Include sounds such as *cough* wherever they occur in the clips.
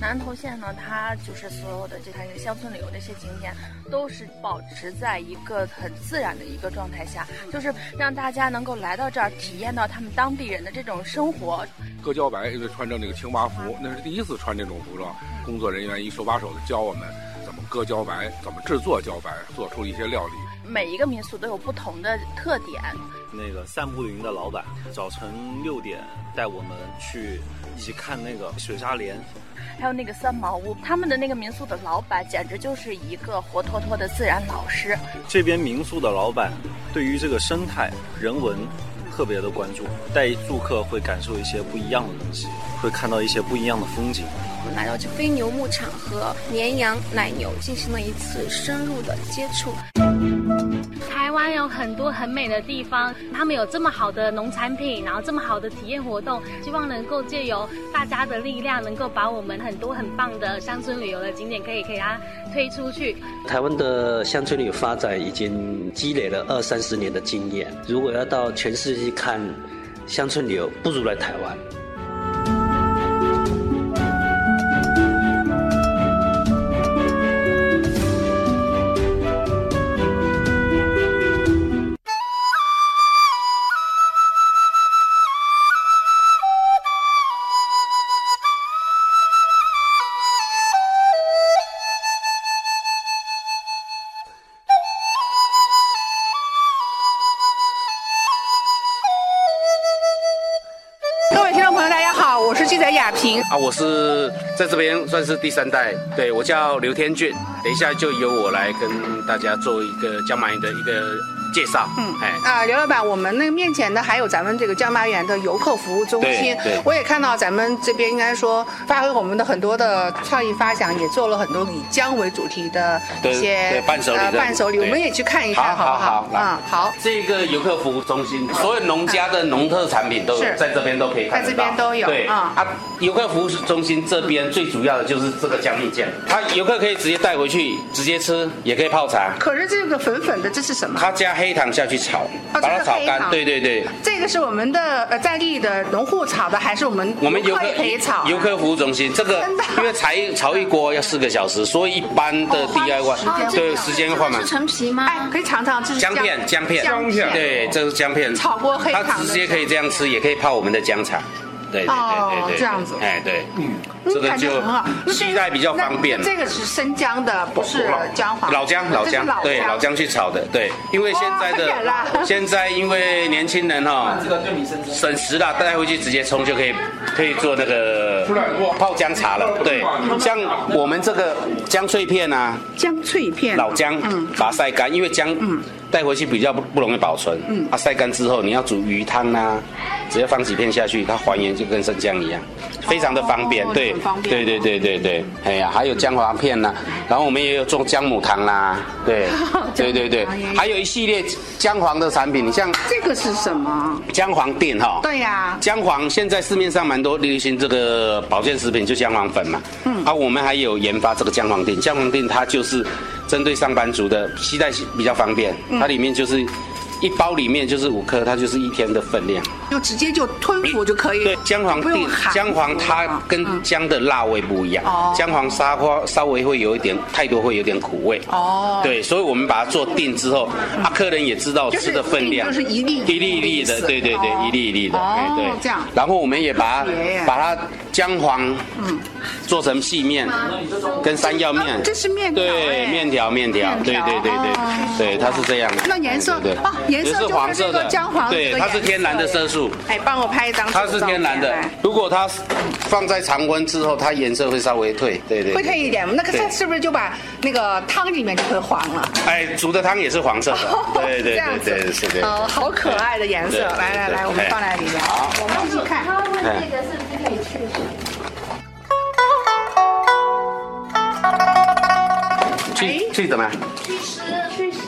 南投县呢，它就是所有的这些乡村旅游的一些景点，都是保持在一个很自然的一个状态下，就是让大家能够来到这儿，体验到他们当地人的这种生活。葛茭白就是穿着那个青蛙服，那是第一次穿这种服装，工作人员一手把手的教我们怎么割茭白，怎么制作茭白，做出一些料理。每一个民宿都有不同的特点。那个散步云的老板早晨六点带我们去一起看那个水沙连，还有那个三毛屋，他们的那个民宿的老板简直就是一个活脱脱的自然老师。这边民宿的老板对于这个生态人文特别的关注，带住客会感受一些不一样的东西，会看到一些不一样的风景。我们来到这飞牛牧场和绵羊、奶牛进行了一次深入的接触。台湾有很多很美的地方，他们有这么好的农产品，然后这么好的体验活动，希望能够借由大家的力量，能够把我们很多很棒的乡村旅游的景点，可以给它推出去。台湾的乡村旅游发展已经积累了二三十年的经验，如果要到全世界看乡村旅游，不如来台湾。各位听众朋友，大家好，我是记者雅萍。啊，我是在这边算是第三代，对我叫刘天俊，等一下就由我来跟大家做一个江马园的一个介绍，嗯，哎，啊、刘老板，我们那个面前的还有咱们这个江巴园的游客服务中心对对，我也看到咱们这边应该说发挥我们的很多的创意发想，也做了很多以姜为主题的一对些对伴手礼的呃伴手礼，我对们也去看一看，好好不好好来嗯，好，这个游客服务中心，所有农家的农特产品都有是在这边都可以看在得到，这边都有对、嗯啊，游客服务中心这边最主要的就是这个江蜜酱，它游客可以直接带回去直接吃，也可以泡茶。可是这个粉粉的这是什么？它加黑糖下去炒，哦把它这是炒黑干糖。对对对，这个是我们的呃在地的农户炒的，还是我们我们游游客客也可以炒啊？游客服务中心这个真的，因为才炒一锅要四个小时，所以一般的哦 DIY 对时间换嘛。陈皮吗哎，可以尝尝，这是姜片，姜片，姜片，对，这是姜片，炒过黑糖的它直接可以这样吃，也可以泡我们的姜茶。对对对哦对对，这样子哎对，嗯，嗯这个感觉就嗯很好那这个携带比较方便那。这个是生姜的，不是姜黄。老姜，老这是姜，对，老姜去炒的，对，因为现在哇太远了 *laughs* 的现在因为年轻人哈，省时了，带回去直接冲就可以，可以做那个泡姜茶了。对，像我们这个姜脆片啊，姜脆片，老姜，嗯把它晒干，因为姜带回去比较不不容易保存。嗯它晒干之后，你要煮鱼汤啊，直接放几片下去，它还原就跟生姜一样，非常的方便。对哦很方，便对对对对对，哎呀，还有姜黄片呐、然后我们也有做姜母糖啦、 *laughs* 对，对对对，还有一系列姜黄的产品，你像这个是什么？姜黄锭哈、对呀，姜黄现在市面上蛮多流行这个保健食品，就姜黄粉嘛。嗯，啊，我们还有研发这个姜黄锭，姜黄锭它就是针对上班族的携带比较方便，它里面就是一包里面就是五颗，它就是一天的分量。就直接就吞服就可以。对，姜黄不用锭含，姜黄它跟姜的辣味不一样嗯哦，姜黄沙花稍微会有一点太多，会有点苦味。哦，嗯对，所以我们把它做定之后，啊，客人也知道就是吃的分量，定就是一粒一粒一粒的，对对哦对，一粒一粒的，哦哎对，这样然后我们也把它特别耶把它姜黄，做成细面，跟山药面嗯啊，这是面条对哎，哦面条面条，对对对对，对，它是这样的。那颜色对啊颜色也就是是黄这个色的姜黄的这对，个它是颜天然的色色素。哎，帮我拍一张。它是天然的，如果它放在常温之后，它颜色会稍微退，对对，会对退一点。那个它对是不是就把那个汤里面就会黄了？哎，煮的汤也是黄色的，对对哦这样对子对是的。呃，好可爱的颜色。对对来来对来，我们哎放在里面。好，我们一起看。哎去去怎么样？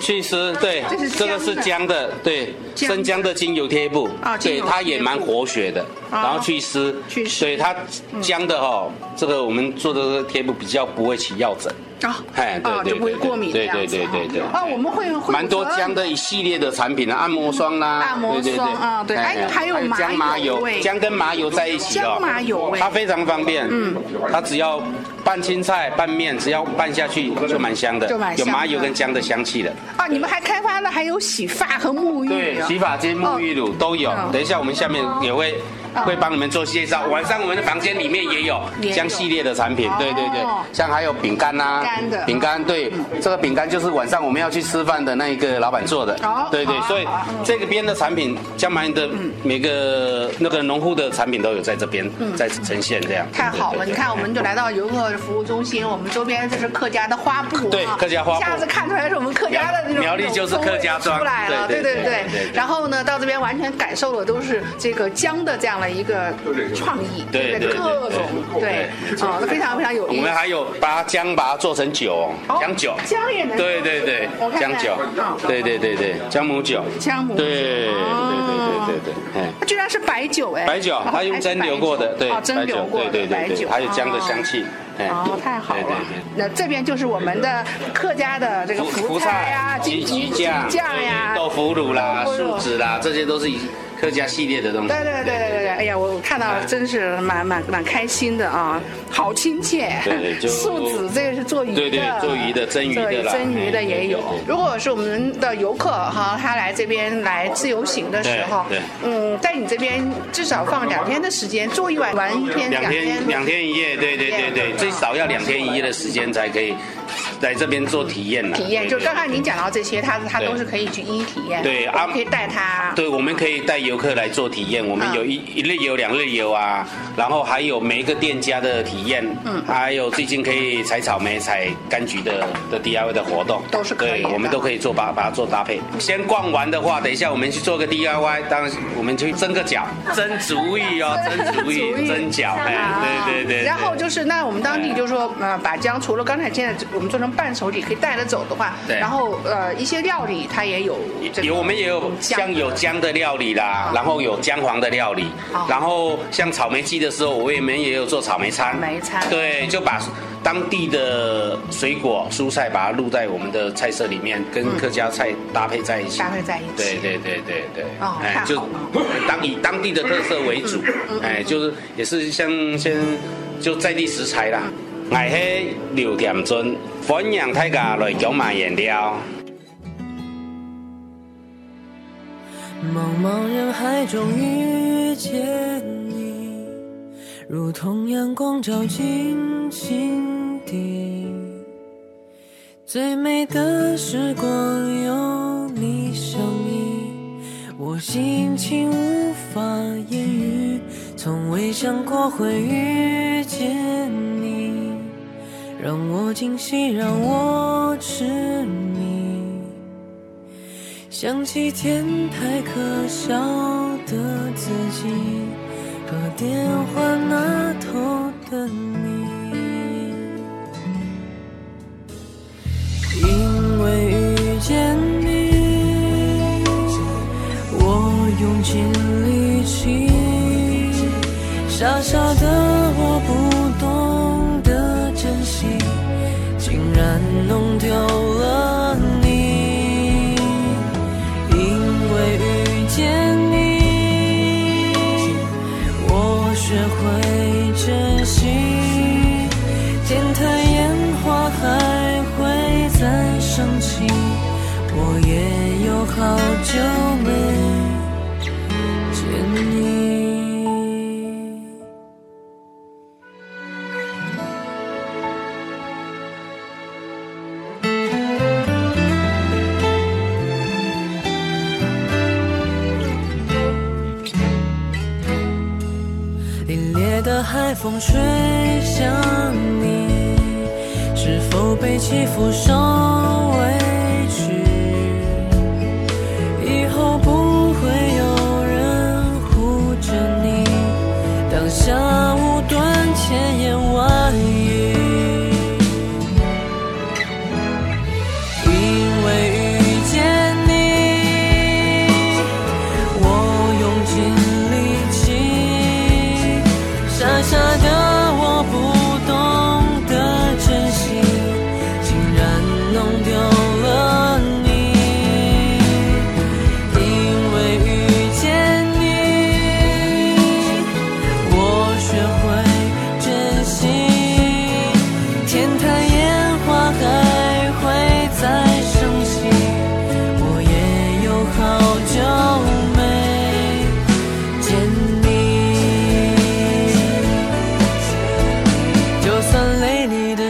去湿，对哦这是，这个是姜的，对，姜的生姜的精油贴布啊，精对，油它贴也布哦蛮活血的。然后去湿，去湿对它姜的哈，这个我们做的这个贴布比较不会起药疹，啊哎，对啊，对就不会对过敏的对样对子对对对。啊，我们会会蛮多姜的。的一系列的产品啊，按摩霜啦，按摩霜对对对啊对哎还有麻姜麻油油味，姜跟麻油在一起哦，姜麻油味它非常方便，嗯，它只要拌青菜、拌面，只要拌下去就蛮香的，就蛮有香麻的油跟姜的香气的。啊，你们还开发了还有洗发和沐浴对，啊，洗发精、沐浴乳都有嗯。等一下，我们下面也会哦会帮你们做介绍。晚上我们的房间里面也有也有像系列的产品哦，对对对，像还有饼干呐饼干的，嗯饼干对，这个饼干就是晚上我们要去吃饭的那一个老板做的哦，对对好，啊所以好啊嗯这个边的产品，江南的每个那个农户的产品都有在这边在呈现这样。嗯太好了！对你对对看，我们就来到游客服务中心，我们周边这是客家的花布啊，对客家花布一下子看出来是我们客家的那种苗苗栗就是客家那种风味庄出来了，对对对对对对对对。对然后呢，到这边完全感受了都是这个姜的这样的一个创意，对不对对各种对，啊，非常非常有我意思们。还有把姜把它做成酒，哦姜酒，姜也能对对对我，看看姜酒嗯，对对对对，姜母酒，姜母酒对对嗯哦对对对对，哎。它居然是白酒哎，白酒哦，它用蒸馏过的，还是白酒对，哦蒸白酒馏过的对对白对对，酒，还有姜的香哦气，哎哦，太好了！对对那这边就是我们的客家的这个对，福菜呀、啊鸡鸡鸡酱、酱呀、对豆腐乳啦、豆腐乳素子啦，这些都是以客家系列的东西。对对对对对对，哎呀，我看到真是蛮蛮蛮开心的啊，好亲切。对对 *laughs* 就素子这个是做鱼的，对对做鱼的蒸鱼的啦做蒸鱼的也有哎对对对。如果是我们的游客哈，他来这边来自由行的时候对对，嗯，在你这边至少放两天的时间，做一晚玩一天，两天天两天一夜，对对对对，哦最少要两天一夜的时间才可以来这边做体验啦体验。对就对刚才您讲到这些，他他对都是可以去一一体验，对我们啊可以带他。对，我们可以带游客来做体验。我们嗯有一一日游、两日游啊，然后还有每一个店家的体验，嗯，还有最近可以采草莓、采柑橘的的 DIY 的活动，都是可以对，的我们都可以做把把它做搭配。先逛完的话，等一下我们去做个 DIY，当然我们去蒸个脚，蒸足 *laughs* 浴哦，蒸足浴，蒸脚，哎，对对对对。然后就是，那我们当地就说，呃，把姜除了刚才现在我们做成伴手礼可以带着走的话，对然后呃一些料理它也有这个有我们也有像有姜的料理啦，然后有姜黄的料理哦，然后像草莓季的时候，我也们也有做草莓餐。莓餐对，就把当地的水果、蔬菜把它录在我们的菜色里面，跟客家菜搭配在一起。搭配在一起，对对对对对，哎哦太好嗯就了当以当地的特色为主，哎，就是也是像先就在地食材啦。我是刘田尊，欢迎大家来购买原料。茫茫人海中遇见你，如同阳光照进心底。最美的时光有你相依，我心情无法言喻，从未想过会遇见你，让我惊喜，让我痴迷。想起天台可笑的自己和电话那头的你。因为遇见你，我用尽力气，傻傻的我不懂得珍惜，竟然弄丢了你。因为遇见你，我学会珍惜，天台烟花还会再升起，我也有好久没见你。凛冽的海风吹向你，是否被欺负受委屈？以后不会有人护着你，当下无端千言万语。因为遇见你，我用尽力气，傻傻的我不懂得珍惜，竟然弄丢了你。因为遇见你，我学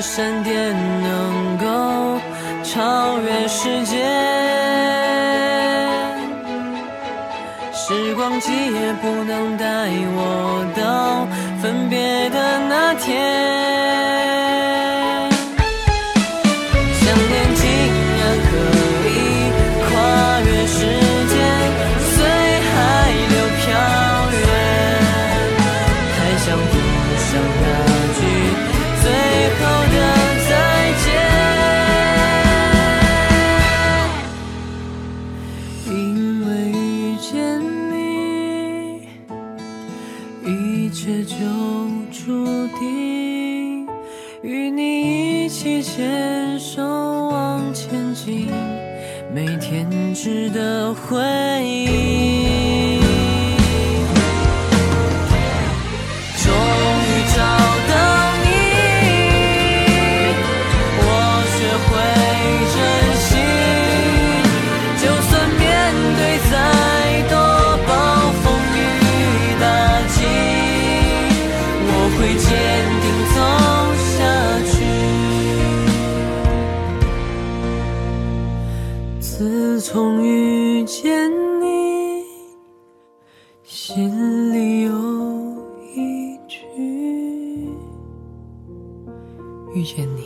闪电能够超越时间，时光机也不能带我到分别的那天。想念竟然可以跨越时间，随海流飘远。还想不想那句最后的再见？因为遇见你，一切就注定。与你一起牵手往前进，每天值得回忆。终于找到你，我学会珍惜，就算面对再多暴风雨打击，我会坚定走下去。自从遇见你。心里有一句遇见你。